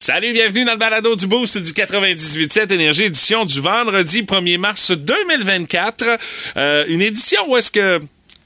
Salut, bienvenue dans le balado du Boost du 98.7 Énergie, édition du vendredi 1er mars 2024. Euh, une édition où est-ce que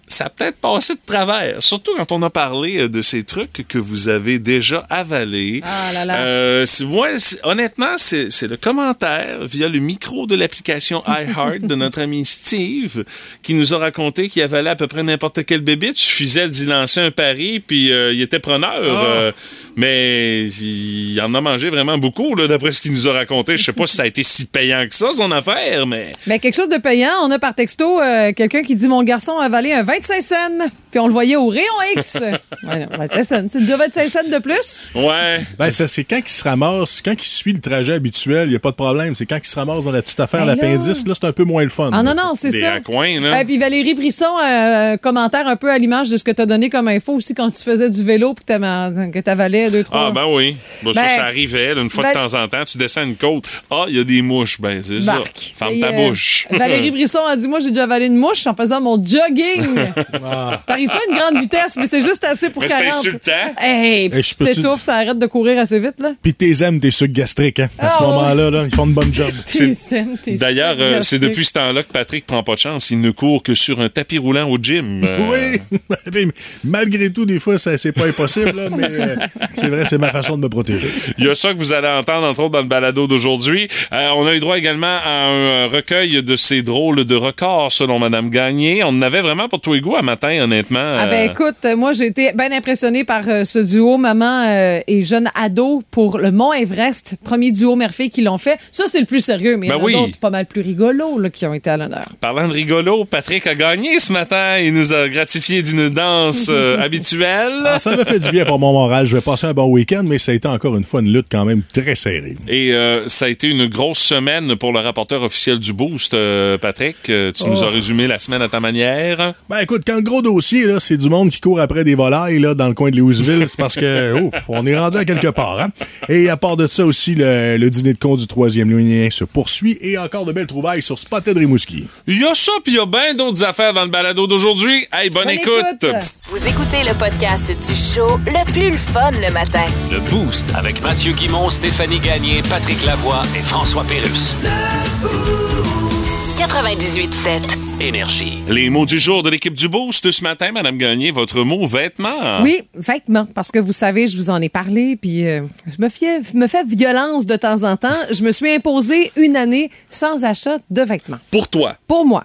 ça a peut-être passé de travers, surtout quand on a parlé euh, de ces trucs que vous avez déjà avalés. Ah là là. Euh, c'est- moi, c'est- honnêtement, c'est c'est le commentaire via le micro de l'application iHeart de notre ami Steve qui nous a raconté qu'il avalait à peu près n'importe quel bébé. Tu suffisait d'y lancer un pari, puis euh, il était preneur. Ah. euh, mais il en a mangé vraiment beaucoup, là, d'après ce qu'il nous a raconté. Je sais pas si ça a été si payant que ça, son affaire, mais... Mais Ben, quelque chose de payant, on a par texto euh, quelqu'un qui dit Mon garçon a avalé un 25 cents, puis on le voyait au rayon X. ouais, non, 25 cents. C'est déjà 25 cents de plus? Ouais... Ben, ça, c'est quand il se ramasse, quand il suit le trajet habituel, il n'y a pas de problème. C'est quand il se ramasse dans la petite affaire, Ben là. l'appendice, là, c'est un peu moins le fun. Ah non, non, c'est Des hein? ça. raccoins, là. Euh, puis Valérie Brisson, euh, commentaire un peu à l'image de ce que tu as donné comme info aussi quand tu faisais du vélo puis que t'ava- que t'avalais deux, trois. Ah, ben oui. Bon, ça, Ben, ça arrivait, là, une fois de Val- temps en temps. Tu descends une côte. Ah, il y a des mouches. Ben, c'est ça. Bark. Ferme Et, ta euh, bouche. Valérie Brisson a dit Moi, j'ai déjà avalé une mouche en faisant mon jogging. Ah. T'arrives pas à une grande vitesse, mais c'est juste assez pour Mais c'est 40. insultant. Hey, Hey, tu je peux-tu- t'étouffes, ça arrête de courir assez vite, là. Puis tes aimes, tes sucs gastriques, hein. À ce Ah, ouais. moment-là, là, ils font une bonne job. T'es saine, t'es D'ailleurs, saine, euh, là, c'est tu- depuis ce temps-là que Patrick prend pas de chance. Il ne court que sur un tapis roulant au gym. Euh, Oui! Puis, malgré tout, des fois, ça, c'est pas impossible, là, mais euh, c'est vrai, c'est ma façon de me protéger. Il y a ça que vous allez entendre, entre autres, dans le balado d'aujourd'hui. Euh, on a eu droit également à un recueil de ces drôles de records, selon Madame Gagné. On en avait vraiment pour tous les goûts à matin, honnêtement. Ah ben Euh, écoute, euh, moi j'ai été bien impressionnée par euh, ce duo maman euh, et jeune ado pour le Mont Everest, premier duo mère-fille qui l'ont fait. Ça c'est le plus sérieux, mais il y en Ben a oui. d'autres pas mal plus rigolos là, qui ont été à l'honneur. Parlant de rigolo, Patrick a gagné ce matin. Il nous a gratifié d'une danse euh, habituelle. Ah, ça m'a fait du bien pour mon moral. Je vais passer un bon week-end, mais ça a été encore une fois une lutte quand même très serrée. Et euh, ça a été une grosse semaine pour le rapporteur officiel du Boost, euh, Patrick. Euh, Oh. tu nous as résumé la semaine à ta manière. Ben écoute, quand le gros dossier, là, c'est du monde qui court après des volailles là, dans le coin de Louisville, c'est parce que oh, on est rendu à quelque part. Hein? Et à part de ça aussi, le, le dîner de con du troisième lien se poursuit et encore de belles trouvailles sur Spotted Rimouski. Il y a ça, puis il y a bien d'autres affaires dans le balado d'aujourd'hui. Hey, bonne, écoute. Vous écoutez le podcast du show le plus le fun le matin. Le Boost avec Mathieu Guimont, Stéphanie Gagné, Patrick Lavoie et François Pérus. 98.7. Énergie. Les mots du jour de l'équipe du Boost ce matin, Madame Gagné, votre mot vêtement. Oui, vêtements, parce que vous savez, je vous en ai parlé, puis euh, je me, fiais, me fais violence de temps en temps. Je me suis imposé une année sans achat de vêtements. Pour toi. Pour moi.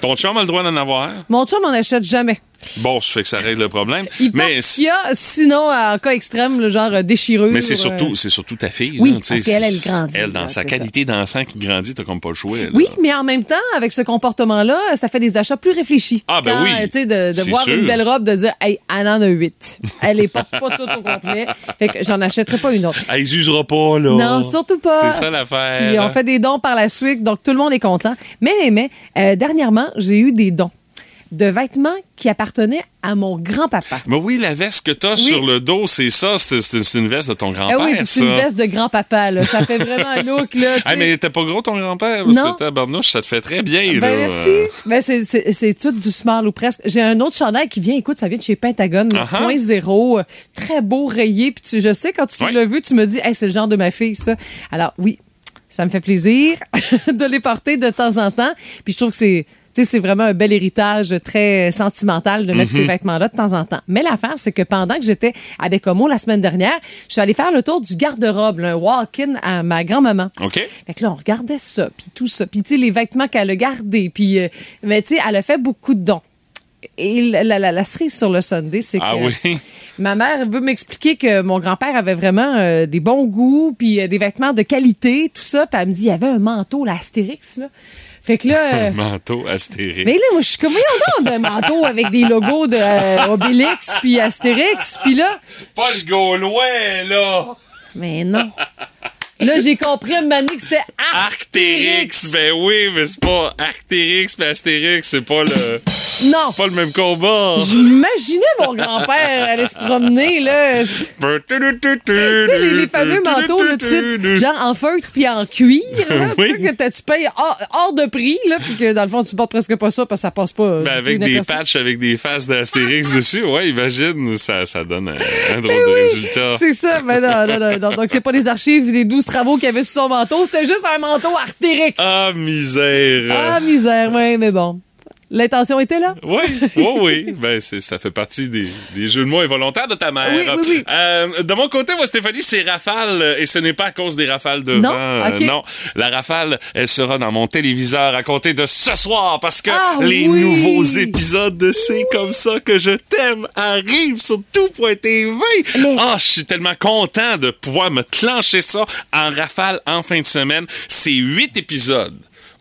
Ton chum a le droit d'en avoir. Mon chum m'en achète jamais. Bon, ça fait que ça règle le problème. Il part mais ce qu'il y a, sinon, en cas extrême, le genre euh, déchirure. mais c'est euh, surtout, c'est surtout ta fille. Oui, là, tu sais, parce qu'elle, elle grandit, Elle, dans là, sa c'est ça. qualité d'enfant qui grandit, t'as comme pas le choix. là. Oui, mais en même temps, avec ce comportement-là, ça fait des achats plus réfléchis. Ah, ben Quand, oui. euh, Tu sais, de, de C'est voir sûr. une belle robe, de dire, hey, elle en a huit. Elle les porte pas toutes au complet. Fait que j'en achèterai pas une autre. Elle usera pas, là. Non, surtout pas. Oh, C'est ça l'affaire. hein. Puis on fait des dons par la suite, donc tout le monde est content. Mais, mais, mais, euh, dernièrement, j'ai eu des dons de vêtements qui appartenaient à mon grand-papa. Mais oui, la veste que t'as sur le dos, c'est ça. C'est c'est- c'est une veste de ton Ah grand-père, oui, puis c'est une ça. veste de grand-papa, là. Ça fait vraiment un look, là. tu Ah, sais. mais t'es pas gros, ton grand-père? Non. Parce que tabarnouche, ça te fait très bien, là. euh. Ben, merci. Ben, c'est- c'est c'est tout du small ou presque. J'ai un autre chandail qui vient, écoute, ça vient de chez Pentagone, le Ah-ha. point zéro, euh, très beau rayé. Puis tu, je sais, quand tu Ouais. l'as vu, tu me dis, hey, c'est le genre de ma fille, ça. Alors, oui, ça me fait plaisir de les porter de temps en temps. Puis je trouve que c'est. tu sais, C'est vraiment un bel héritage très sentimental de mettre Mm-hmm. ces vêtements-là de temps en temps. Mais l'affaire, c'est que pendant que j'étais à Bécomo la semaine dernière, je suis allée faire le tour du garde-robe, là, un walk-in à ma grand-maman. OK. Fait que là, on regardait ça, puis tout ça, puis tu sais, les vêtements qu'elle a gardés, puis... euh, mais tu sais, elle a fait beaucoup de dons. Et la, la- la- la cerise sur le Sunday, c'est Ah que... oui? Ma mère veut m'expliquer que mon grand-père avait vraiment euh, des bons goûts, puis euh, des vêtements de qualité, tout ça. Puis elle me dit, il y avait un manteau, l'Astérix, là. Fait que là... euh, Manteau astérix. mais là, moi, je suis comme, voyons donc, un manteau avec des logos de euh, Obélix, puis Astérix, puis là... Pas le Gaulois, là! Mais non. Là, j'ai compris à un moment donné que c'était Arctérix, ben oui, mais c'est pas Arctérix mais Astérix, c'est pas le Non! c'est pas le même combat. J'imaginais mon grand-père aller se promener, là. Tu Ben, sais, les, les fameux manteaux, le type, genre en feutre puis en cuir, là, Oui. tu sais, que t'as- tu payes hors, hors de prix, là, puis que dans le fond, tu portes presque pas ça parce que ça passe pas. euh, Ben, avec des patchs, avec des faces d'Astérix dessus, ouais, imagine, ça, ça donne un, un drôle de résultat. Ben C'est ça, mais non, non, non, non. Donc, c'est pas les archives des 12 travaux qu'il y avait sur son manteau, c'était juste un manteau Arctérix. Ah, misère! Ah, misère, ouais, mais bon. L'intention était là. Oui, oui, oui. Ben, c'est- ça fait partie des, des jeux de mots involontaires de ta mère. Oui, oui, oui. Euh, de mon côté, moi, Stéphanie, c'est rafale, euh, et ce n'est pas à cause des rafales de Non? vent. euh, OK. non, la rafale, elle sera dans mon téléviseur à compter de ce soir, parce que Ah, les oui! nouveaux épisodes de C'est comme ça que je t'aime arrivent sur tout.tv. Ah, je suis tellement content de pouvoir me clencher ça en rafale en fin de semaine. C'est huit épisodes.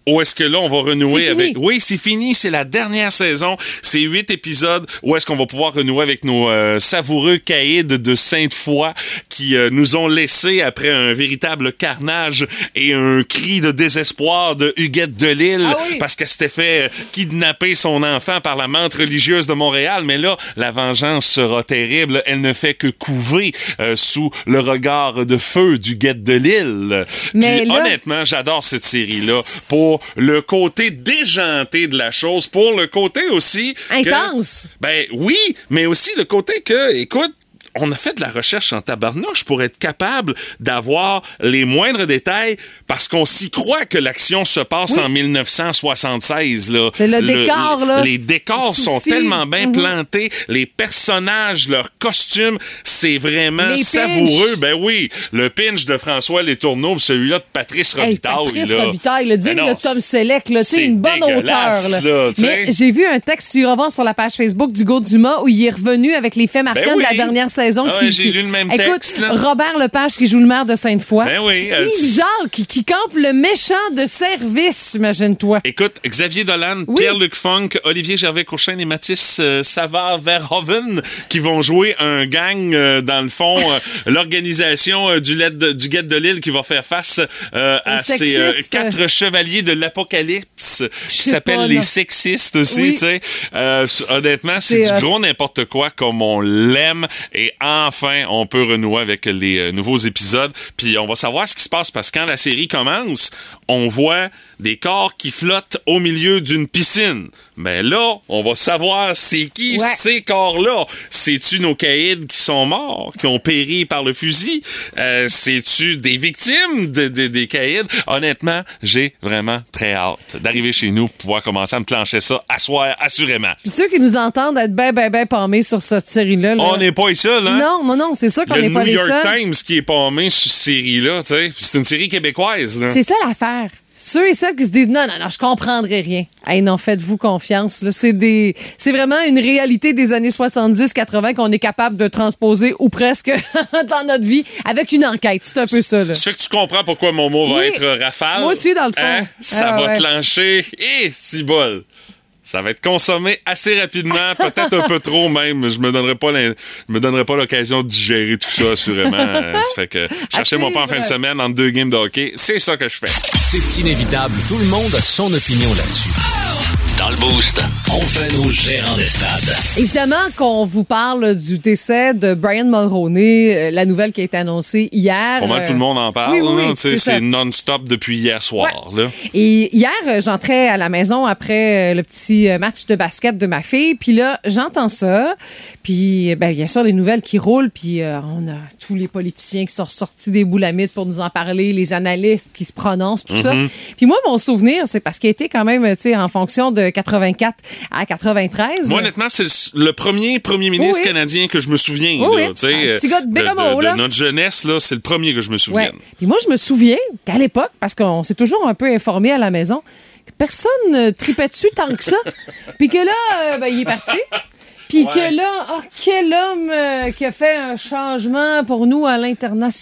Où est-ce que là, on va renouer C'est avec... fini. Oui, c'est fini, c'est la dernière saison. C'est huit épisodes où est-ce qu'on va pouvoir renouer avec nos euh, savoureux caïds de Sainte-Foy qui euh, nous ont laissés après un véritable carnage et un cri de désespoir de Huguette Delisle Ah oui. parce qu'elle s'était fait euh, kidnapper son enfant par la menthe religieuse de Montréal. Mais là, la vengeance sera terrible. Elle ne fait que couver euh, sous le regard de feu d'Huguette Delisle. Mais Puis, là- honnêtement, j'adore cette série-là pour le côté déjanté de la chose, pour le côté aussi... que- Intense. ben oui, mais aussi le côté que, écoute, on a fait de la recherche en tabarnouche pour être capable d'avoir les moindres détails parce qu'on s'y croit que l'action se passe en 1976. là. C'est le décor, là. Les décors Souci. sont tellement bien Mhm. plantés. Les personnages, leurs costumes, c'est vraiment Les savoureux. pinches. Ben oui, le pinch de François Letourneau, puis celui-là de Patrice Hey, Robitaille. Patrice là. Robitaille, le digne Ben non, de Tom Selleck, là, tu sais, c'est une bonne hauteur. dégueulasse, là. là, tu sais. Mais j'ai vu un texte sur revanche sur la page Facebook du Dumas où il est revenu avec les faits marquants Ben oui. de la dernière saison. Ah qui- ouais, j'ai qui- lu le même Écoute, texte, là. Robert Lepage qui joue le maire de Sainte-Foy. Ben oui, euh, Yves tu- Jacques qui campe le méchant de service, imagine-toi. Écoute, Xavier Dolan, Oui. Pierre-Luc Funk, Olivier Gervais-Courchain et Mathis euh, Savard-Verhoeven qui vont jouer un gang, euh, dans le fond, euh, l'organisation euh, du, Let- du Guet de Lille qui va faire face euh, à Aux ces euh, sexistes. quatre chevaliers de l'Apocalypse qui sais s'appellent pas, les là. sexistes aussi, Oui. tu sais. Euh, honnêtement, c'est C'est euh, du hot. gros n'importe quoi comme on l'aime et enfin, on peut renouer avec les euh, nouveaux épisodes. Puis on va savoir ce qui se passe parce que quand la série commence, on voit des corps qui flottent au milieu d'une piscine. Mais là, on va savoir c'est qui Ouais. ces corps-là. C'est-tu nos caïds qui sont morts, qui ont péri par le fusil? Euh, c'est-tu des victimes de- de- des caïds? Honnêtement, j'ai vraiment très hâte d'arriver chez nous pour pouvoir commencer à me clencher ça à soir, assurément. Puis ceux qui nous entendent être ben, ben, ben palmés sur cette série-là. là. On n'est pas les seuls, hein? Non, non, non, c'est sûr qu'on Il y a n'est le pas New les York seuls. Times qui est paumé sur cette série-là, tu sais. Puis C'est une série québécoise, là. C'est ça l'affaire. Ceux et celles qui se disent non, non, non, je comprendrai rien. Hey, non, faites-vous confiance. là. C'est des, c'est vraiment une réalité des années 70-80 qu'on est capable de transposer ou presque dans notre vie avec une enquête. C'est un peu ça. Là. Ça fait que tu comprends pourquoi mon mot va Oui. être rafale. Moi aussi, dans le fond. Hein? Ça Ah, va ouais. clencher. Et si bol. Ça va être consommé assez rapidement, peut-être un peu trop même. Je me donnerai pas l'in- je me donnerai pas l'occasion de digérer tout ça, assurément. Euh, ça fait que cherchez-moi pas en fin de suivre. semaine entre deux games de hockey. C'est ça que je fais. C'est inévitable. Tout le monde a son opinion là-dessus. Dans le boost, on fait nos gérants des stades. Évidemment qu'on vous parle du décès de Brian Mulroney, euh, la nouvelle qui a été annoncée hier. Pour moi, Euh, tout le monde en parle. oui, oui, là. oui, Tu sais, c'est ça. c'est non-stop depuis hier soir. là. Et hier, euh, j'entrais à la maison après euh, le petit euh, match de basket de ma fille. Puis là, j'entends ça. Puis, euh, ben, bien sûr, les nouvelles qui roulent. Puis, euh, on a tous les politiciens qui sont sortis des boulamites pour nous en parler, les analystes qui se prononcent, tout Mhm. ça. Puis moi, mon souvenir, c'est parce qu'il était quand même, tu sais, en fonction de 84 à 93. Moi, honnêtement, c'est le premier premier minististe Oui, oui. canadien que je me souviens. Oui, là, oui. tu sais, Un petit euh, gars de Bécamo, de- de là. notre jeunesse, là, c'est le premier que je me souviens. Ouais. Puis moi, je me souviens qu'à l'époque, parce qu'on s'est toujours un peu informé à la maison, que personne ne tripait dessus tant que ça. Puis que là, euh, ben, il est parti. Puis Ouais. que là, oh, quel homme euh, qui a fait un changement pour nous à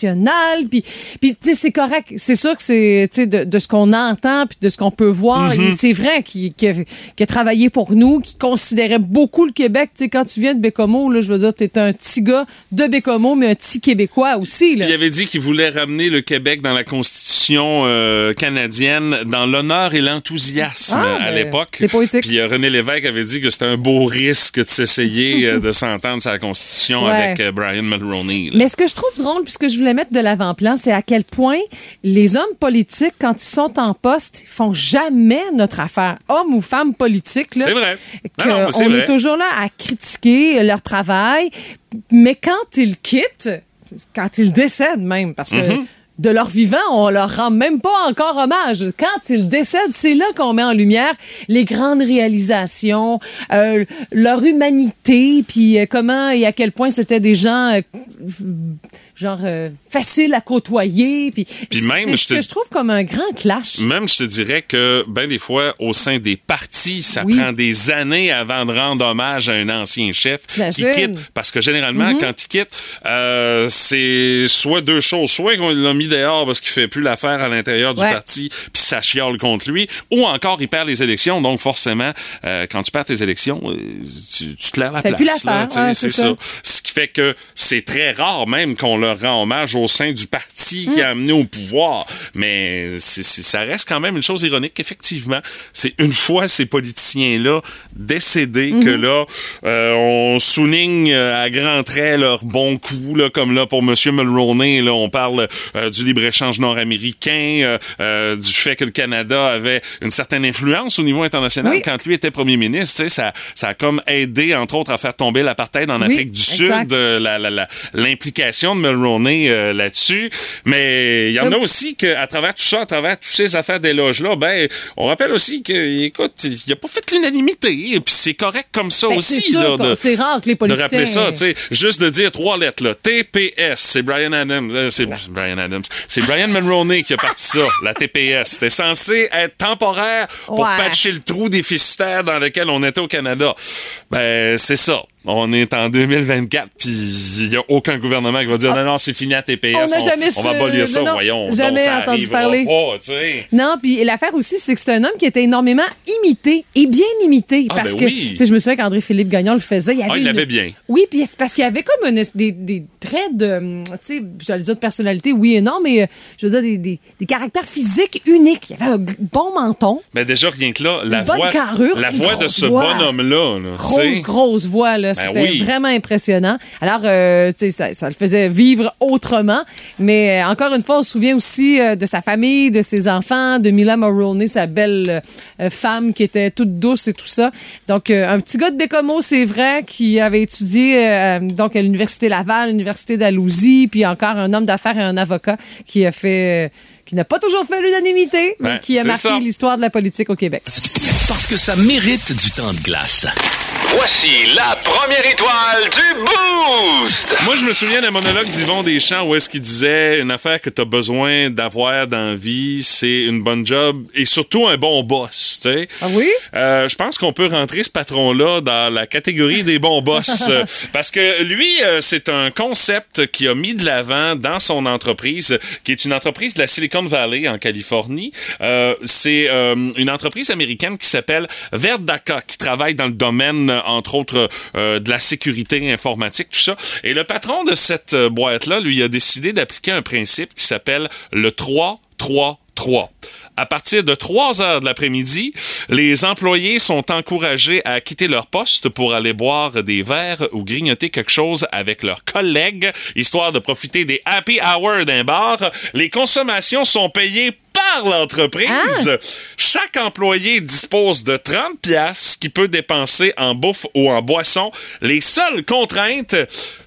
l'international. Puis, puis tu sais, c'est correct. C'est sûr que c'est, tu sais, de, de ce qu'on entend puis de ce qu'on peut voir, il- c'est vrai qu'il qu'il a, qu'il a travaillé pour nous, qu'il considérait beaucoup le Québec. Tu sais, quand tu viens de Bécomo, là, je veux dire, t'es un petit gars de Bécomo, mais un petit Québécois aussi, là. Il avait dit qu'il voulait ramener le Québec dans la Constitution euh, canadienne, dans l'honneur et l'enthousiasme Ah, à ben, l'époque. c'est poétique. Puis euh, René Lévesque avait dit que c'était un beau risque de s'essayer euh, de s'entendre sur la Constitution Ouais. avec euh, Brian Mulroney. là. Mais ce que je trouve drôle, puisque je voulais mettre de l'avant-plan, c'est à quel point les hommes politiques, quand ils sont en poste, ils font jamais notre affaire. Hommes ou femmes politiques, là. C'est vrai. que Non, non, c'est on vrai. est toujours là à critiquer leur travail, mais quand ils quittent, quand ils décèdent même, parce que Mhm. de leur vivant, on leur rend même pas encore hommage. Quand ils décèdent, c'est là qu'on met en lumière les grandes réalisations, euh, leur humanité, puis euh, comment et à quel point c'était des gens euh, genre euh, faciles à côtoyer, puis Puis c'est- même, c'est je ce te- que je trouve comme un grand clash. Même, je te dirais que, ben, des fois, au sein des partis, ça Oui. prend des années avant de rendre hommage à un ancien chef qui T'imagines? quitte. Parce que généralement, Mm-hmm. quand il quitte, euh, c'est soit deux choses. Soit qu'on l'a mis dehors parce qu'il fait plus l'affaire à l'intérieur du Ouais. parti, puis ça chiole contre lui, ou encore il perd les élections. Donc, forcément, euh, quand tu perds tes élections, euh, tu, tu te lèves la fais place. plus là, l'affaire, tu sais, ouais, c'est c'est ça. ça. Ce qui fait que c'est très rare même qu'on leur rend hommage au sein du parti qui a amené au pouvoir. Mais c'est- c'est- ça reste quand même une chose ironique qu'effectivement, c'est une fois ces politiciens-là décédés que là, euh, on souligne euh, à grands traits leurs bons coups, là, comme là pour M. Mulroney, là, on parle euh, du libre-échange nord-américain, euh, euh, du fait que le Canada avait une certaine influence au niveau international Oui. quand lui était premier ministre. tu sais, Ça, ça a comme aidé, entre autres, à faire tomber l'apartheid en Oui, Afrique du exact. Sud, euh, la- la- la- l'implication de Mulroney euh, là-dessus. Mais il y en a Comme- aussi que, à travers tout ça, à travers toutes ces affaires d'éloges-là, ben, on rappelle aussi que, écoute, il n'a pas fait l'unanimité. Et puis c'est correct comme ça Ben, c'est aussi. sûr là, qu'on- de- c'est rare que les de politiciens rappeler ça, tu sais, juste de dire trois lettres, là. TPS, c'est Brian Adams, euh, c'est Brian Adams, c'est Brian Mulroney qui a parti ça, la TPS. C'était censé être temporaire pour Ouais. patcher le trou déficitaire dans lequel on était au Canada. Ben, c'est ça. On est en 2024, puis il n'y a aucun gouvernement qui va dire non, non, c'est fini à TPS. Ah. On n'a jamais on va su- abolir ça, non, non, voyons. donc, jamais ça entendu arrivera parler. Pas, tu sais. Non, puis l'affaire aussi, c'est que c'est un homme qui était énormément imité et bien imité. Ah, parce ben que, oui. Ah, tu sais, je me souviens qu'André Philippe Gagnon le faisait. Il, avait il une- l'avait bien. Oui, puis c'est parce qu'il y avait comme une- des, des traits de, hum, tu sais, j'allais dire de personnalité, oui et non, mais euh, je veux dire des, des- des caractères physiques uniques. Il avait un g- bon menton, Mais déjà, rien que là, la Une bonne voix, carrure, la une voix de grosse ce voix. bonhomme-là. là, tu sais. grosse, grosse voix, là. Ben C'était oui. vraiment impressionnant. Alors, euh, tu sais, ça, ça le faisait vivre autrement. Mais euh, encore une fois, on se souvient aussi euh, de sa famille, de ses enfants, de Mila Mulroney, sa belle euh, euh, femme qui était toute douce et tout ça. Donc, euh, un petit gars de Bécomo, c'est vrai, qui avait étudié euh, donc à l'Université Laval, l'Université d'Alousie, puis encore un homme d'affaires et un avocat qui a fait... euh, qui n'a pas toujours fait l'unanimité, mais Ben, qui a c'est marqué ça. l'histoire de la politique au Québec. Parce que ça mérite du temps de glace. Voici la première étoile du Boost. Moi, je me souviens d'un monologue d'Yvon Deschamps où est-ce qu'il disait une affaire que t'as besoin d'avoir dans la vie, c'est une bonne job et surtout un bon boss, tu sais. Ah oui? Euh, je pense qu'on peut rentrer ce patron-là dans la catégorie des bons boss. Euh, parce que lui, euh, c'est un concept qu'il a mis de l'avant dans son entreprise, qui est une entreprise de la Silicon Valley en Californie. Euh, c'est euh, une entreprise américaine qui s'appelle Verdaca, qui travaille dans le domaine, euh, entre autres, euh, de la sécurité informatique, tout ça. Et le patron de cette euh, boîte-là, lui, a décidé d'appliquer un principe qui s'appelle le 3-3-3. 3. À partir de 3 heures de l'après-midi, les employés sont encouragés à quitter leur poste pour aller boire des verres ou grignoter quelque chose avec leurs collègues, histoire de profiter des happy hours d'un bar. Les consommations sont payées par l'entreprise. Chaque employé dispose de 30 pièces qu'il peut dépenser en bouffe ou en boisson. Les seules contraintes,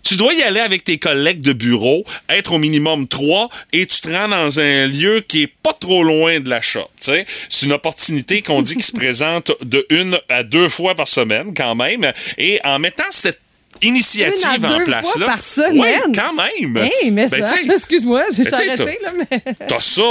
tu dois y aller avec tes collègues de bureau, être au minimum trois, et tu te rends dans un lieu qui est pas trop loin de l'achat. tu sais. C'est une opportunité qu'on dit qui se présente de une à deux fois par semaine quand même. Et en mettant cette initiative Une à en deux place fois là, par semaine? Ouais, quand même. Hey, mais Ben, ça, tu sais, excuse-moi, j'ai mais tu sais, arrêté, là, mais. T'as ça.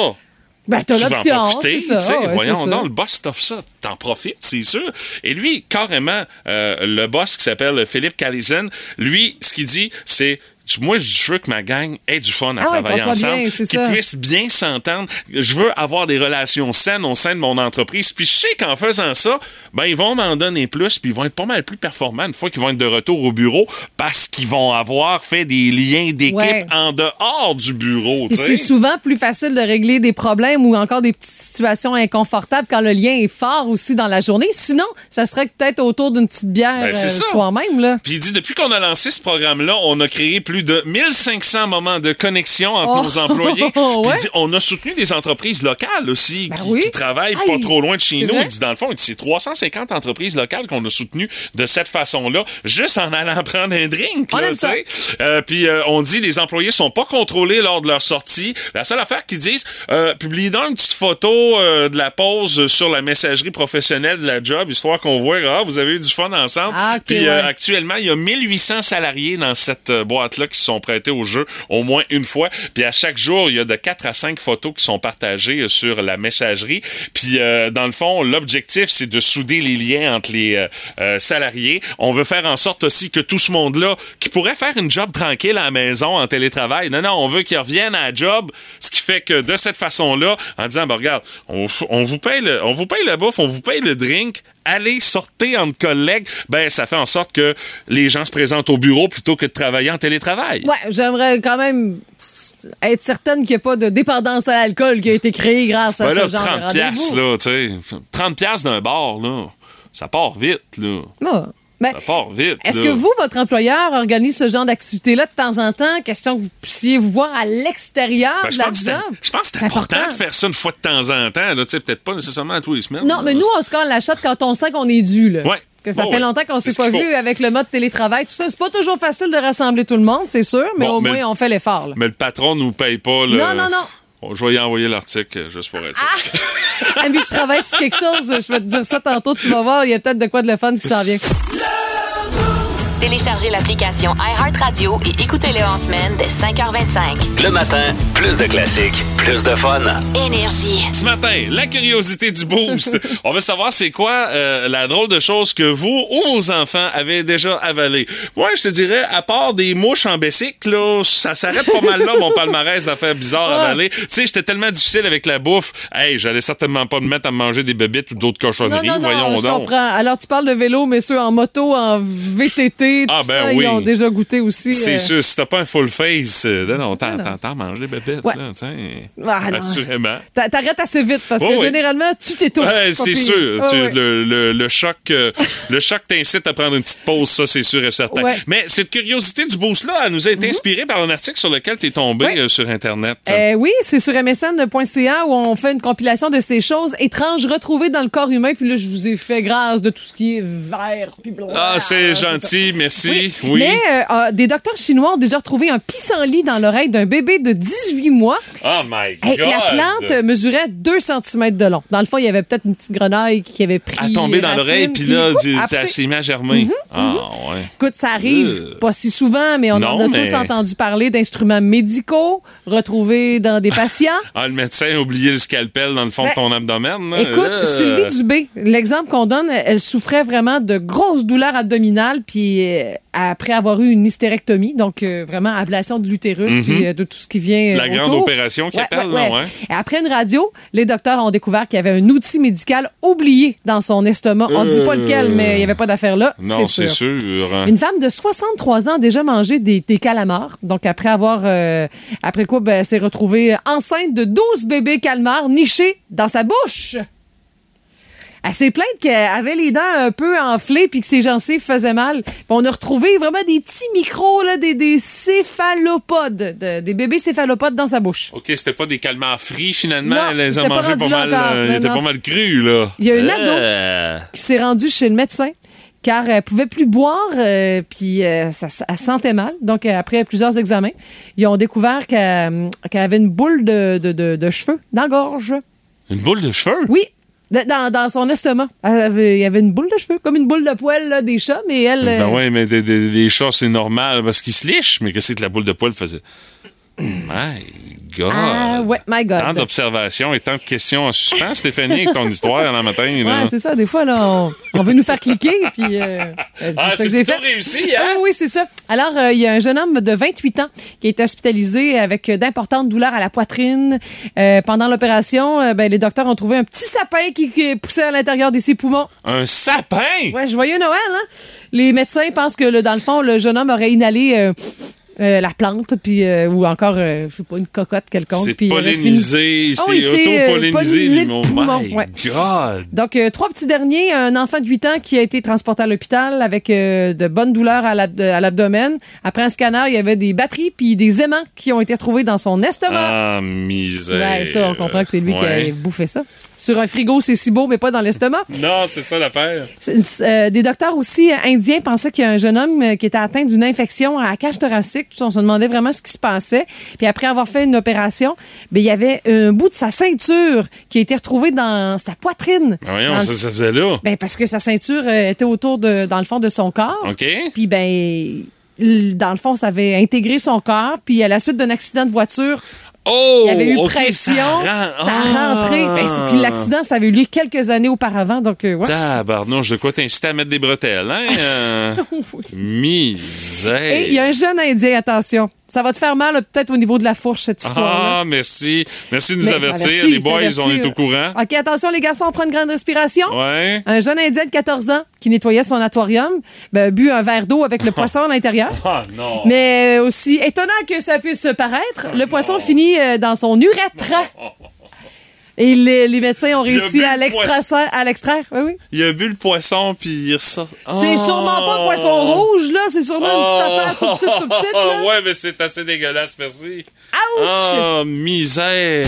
Ben, t'as tu vas en l'option, profiter, c'est ça. tu sais, Ouais, voyons c'est ça. donc, le boss t'offre ça, t'en profites, c'est sûr. Et lui, carrément, euh, le boss qui s'appelle Philippe Callison, lui, ce qu'il dit, c'est tu- moi, je veux que ma gang ait du fun à Ah ouais, travailler qu'on soit ensemble, bien, c'est qu'ils ça. puissent bien s'entendre. Je veux avoir des relations saines au sein de mon entreprise. Puis je sais qu'en faisant ça, ben ils vont m'en donner plus, puis ils vont être pas mal plus performants une fois qu'ils vont être de retour au bureau parce qu'ils vont avoir fait des liens d'équipe Ouais. en dehors du bureau. Puis tu c'est sais. souvent plus facile de régler des problèmes ou encore des petites situations inconfortables quand le lien est fort aussi dans la journée. Sinon, ça serait peut-être autour d'une petite bière Ben, c'est euh, ça. soi-même. Là. Puis il dit, depuis qu'on a lancé ce programme-là, on a créé plus de 1500 moments de connexion entre Oh, nos employés. Puis il ouais. dit, on a soutenu des entreprises locales aussi Ben qui, oui. qui travaillent Aïe, pas trop loin de chez c'est nous. vrai? Il dit, dans le fond, il dit, c'est 350 entreprises locales qu'on a soutenues de cette façon-là, juste en allant prendre un drink. On là, aime tu ça. sais. Euh, puis euh, on dit, les employés sont pas contrôlés lors de leur sortie. La seule affaire qu'ils disent, euh, publie donc une petite photo euh, de la pause sur la messagerie professionnelle de la job, histoire qu'on voit, ah, vous avez eu du fun ensemble. Ah, ok, Puis, euh, ouais. Actuellement, il y a 1800 salariés dans cette euh, boîte-là qui se sont prêtés au jeu au moins une fois. Puis à chaque jour, il y a de 4 à 5 photos qui sont partagées euh, sur la messagerie. Puis euh, dans le fond, l'objectif, c'est de souder les liens entre les euh, euh, salariés. On veut faire en sorte aussi que tout ce monde-là, qui pourrait faire une job tranquille à la maison en télétravail, non, non, on veut qu'ils reviennent à la job. Ce qui fait que de cette façon-là, en disant, bah, regarde, on, f- on vous paye le, on vous paye la bouffe, on vous paye le drink, allez sortez entre collègues, ben ça fait en sorte que les gens se présentent au bureau plutôt que de travailler en télétravail. Ouais, j'aimerais quand même être certaine qu'il n'y a pas de dépendance à l'alcool qui a été créée grâce à Ben là, ce genre 30 de piastres, rendez-vous. là, tu sais, 30 piastres d'un bar, là, ça part vite, là. Ouais. Ben, Ça part vite, Est-ce là. que vous, votre employeur, organise ce genre d'activité-là de temps en temps? Question que vous puissiez vous voir à l'extérieur Ben, de je, la pense que c'est- job? je pense que c'est important, de faire ça une fois de temps en temps, là, tu sais, peut-être pas nécessairement à tous les semaines. Non, là. mais nous, on se colle la chatte quand on sent qu'on est dû. Là. Ouais. Que ça Bon, fait ouais. longtemps qu'on C'est ce s'est pas qu'il vu faut. avec le mode télétravail, tout ça. C'est pas toujours facile de rassembler tout le monde, c'est sûr, mais Bon, au mais- moins, on fait l'effort. là. Mais le patron nous paye pas, là. Non, non, non. Bon, je vais y envoyer l'article, euh, juste pour être sûr. Ah, mais je travaille sur quelque chose. Je vais te dire ça tantôt. Tu vas voir, il y a peut-être de quoi de le fun qui s'en vient. Téléchargez l'application iHeartRadio et écoutez-le en semaine dès 5h25. Le matin, Plus de classiques, plus de fun. Énergie. Ce matin, la curiosité du boost. On veut savoir c'est quoi euh, la drôle de chose que vous ou vos enfants avez déjà avalé. Moi, je te dirais, à part des mouches en bicycle, là, ça s'arrête pas mal là, mon palmarès d'affaires bizarres Ouais. avalées. Tu sais, j'étais tellement difficile avec la bouffe. Hey, j'allais certainement pas me mettre à manger des bébêtes ou d'autres Non, cochonneries. non, Voyons non, je donc. comprends. Alors, tu parles de vélo, mais ceux en moto, en VTT, tout Ah, ben ça, oui. ils ont déjà goûté aussi. C'est euh, sûr, si t'as pas un full face, euh, non, non, t'en- t'entends manger les bébêtes, Ouais. là, tiens. Ah, non. Assurément. t'a- T'arrêtes assez vite parce Ouais, que ouais. généralement, tu t'étouffes. Oh, Ouais, pas c'est pire. Oh, sûr. Ouais, Tu- ouais. Le, le- le choc, euh, le choc t'incite à prendre une petite pause, ça, c'est sûr et certain. Ouais. Mhm. Mais cette curiosité du boost-là, elle nous a été inspirée par un article sur lequel tu es tombé Ouais. euh, sur Internet. Euh, oui, c'est sur msn.ca où on fait une compilation de ces choses étranges retrouvées dans le corps humain. Puis là, je vous ai fait grâce de tout ce qui est vert. Puis blanc. ah, c'est gentil, merci. Oui. euh, Mais euh, euh, des docteurs chinois ont déjà retrouvé un pissenlit dans l'oreille d'un bébé de 18 mois. Oh my Hey, God! la plante euh, mesurait 2 cm de long. Dans le fond, il y avait peut-être une petite grenaille qui avait pris. a tombé dans racine, l'oreille, puis là, oups, tu- après, Mhm, ça s'est mis à germer. Ah, ouais. Écoute, ça arrive Euh. pas si souvent, mais on en Non, a mais- tous entendu parler d'instruments médicaux retrouvés dans des patients. Ah, le médecin a oublié le scalpel dans le fond Ben, de ton abdomen. là. Écoute, Euh, Sylvie Dubé, l'exemple qu'on donne, elle souffrait vraiment de grosses douleurs abdominales, puis euh, après avoir eu une hystérectomie, donc euh, vraiment ablation de l'utérus, puis euh, de tout ce qui vient. euh, Mhm. La grande autour. opération qui Ouais, appelle, ouais, là, ouais. ouais. Et après une radio, les docteurs ont découvert qu'il y avait un outil médical oublié dans son estomac. On dit Euh. pas lequel, mais il y avait pas d'affaire là. Non, c'est sûr. hein. Une femme de 63 ans a déjà mangé des, des calamars. Donc, après avoir. euh, après quoi, ben, elle s'est retrouvée enceinte de 12 bébés calmars nichés dans sa bouche. Elle s'est plainte qu'elle avait les dents un peu enflées puis que ses gencives faisaient mal. Puis on a retrouvé vraiment des petits micros, là, des, des céphalopodes, de- des bébés céphalopodes dans sa bouche. OK, c'était pas des calmars frits, finalement. Non, Elle les a c'était pas mangés rendu pas là mal. encore. euh, Non, Ils étaient non. pas mal crus, là. Il y a une ado Euh. qui s'est rendue chez le médecin car elle pouvait plus boire, euh, puis euh, ça, ça- elle sentait mal. Donc, euh, après plusieurs examens, ils ont découvert qu'elle hum, qu'elle avait une boule de, de, de- de cheveux dans la gorge. Une boule de cheveux? Oui, de- dans, dans son estomac. Elle avait- il y avait une boule de cheveux, comme une boule de poêle là, des chats, mais elle... Ben euh, ouais, mais des, des- des chats, c'est normal parce qu'ils se lichent, mais qu'est-ce que la boule de poil faisait? My God! Ah, ouais, my God. Tant d'observations et tant de questions en suspens, Stéphanie, avec ton histoire dans la matin. là. Ouais, c'est ça. Des fois, là, on, on veut nous faire cliquer. Puis, euh, c'est Ah, ça c'est que j'ai plutôt fait. réussi, hein? Ah oui, c'est ça. Alors, euh, il y a un jeune homme de 28 ans qui a été hospitalisé avec euh, d'importantes douleurs à la poitrine. Euh, pendant l'opération, euh, ben, les docteurs ont trouvé un petit sapin qui, qui poussait à l'intérieur de ses poumons. Un sapin! Ouais, joyeux Noël, hein? Les médecins pensent que, là, dans le fond, le jeune homme aurait inhalé euh, euh, la plante, puis, euh, ou encore, euh, je sais pas, une cocotte quelconque. C'est puis euh, il aurait pollinisé, Ah oui, c'est c'est, euh, auto-pollinisé. pollinisé lui, le mon poumon, my ouais. God! Donc, euh, trois petits derniers, un enfant de 8 ans qui a été transporté à l'hôpital avec euh, de bonnes douleurs à l'ab- à l'abdomen. Après un scanner, il y avait des batteries puis des aimants qui ont été retrouvés dans son estomac. Ah, misère! bah. Ouais, ça, on comprend que c'est lui qui Ouais. a bouffé ça. Sur un frigo, c'est si beau, mais pas dans l'estomac. Non, c'est ça l'affaire. C'est- c'est, euh, des docteurs aussi euh, indiens pensaient qu'il y a un jeune homme euh, qui était atteint d'une infection à la cage thoracique. Puis On se demandait vraiment ce qui se passait. Puis après avoir fait une opération, ben, il y avait un bout de sa ceinture qui a été retrouvé dans sa poitrine. Ah, Ben Voyons, Dans- ça, ça faisait là. ben, parce que sa ceinture euh, était autour de, dans le fond de son corps. OK? Puis ben, l- dans le fond, ça avait intégré son corps. Puis à la suite d'un accident de voiture, Oh! il y avait eu ok, pression, Ça, Ah! ça a rentré. Ben, c'est- puis l'accident, ça avait eu lieu quelques années auparavant. Donc, euh, ouais. Tabarnouche, de quoi t'inciter à mettre des bretelles, hein? euh? Misère! Et il y a un jeune Indien, attention. Ça va te faire mal, euh, peut-être au niveau de la fourche, cette histoire-là. Ah, merci. Merci de nous Mais je avertir. t'avertis, les je boys, t'avertis, on est là. au courant. OK, attention, les garçons, on prend une grande respiration. Ah. Ouais. Un jeune Indien de 14 ans qui nettoyait son aquarium, ben, bu un verre d'eau avec le poisson à l'intérieur. Ah, non. Mais aussi étonnant que ça puisse paraître, le Oh. poisson finit euh, dans son urètre. Et les, les médecins a ont bu réussi à le l'extraire. À l'extraire. Oui, oui. Il a bu le poisson, puis il ressort. C'est sûrement pas poisson rouge, là. C'est sûrement une petite affaire Oh. toute petite, toute petite. Là. ouais, mais c'est assez dégueulasse, merci. Ouch! Ah, misère.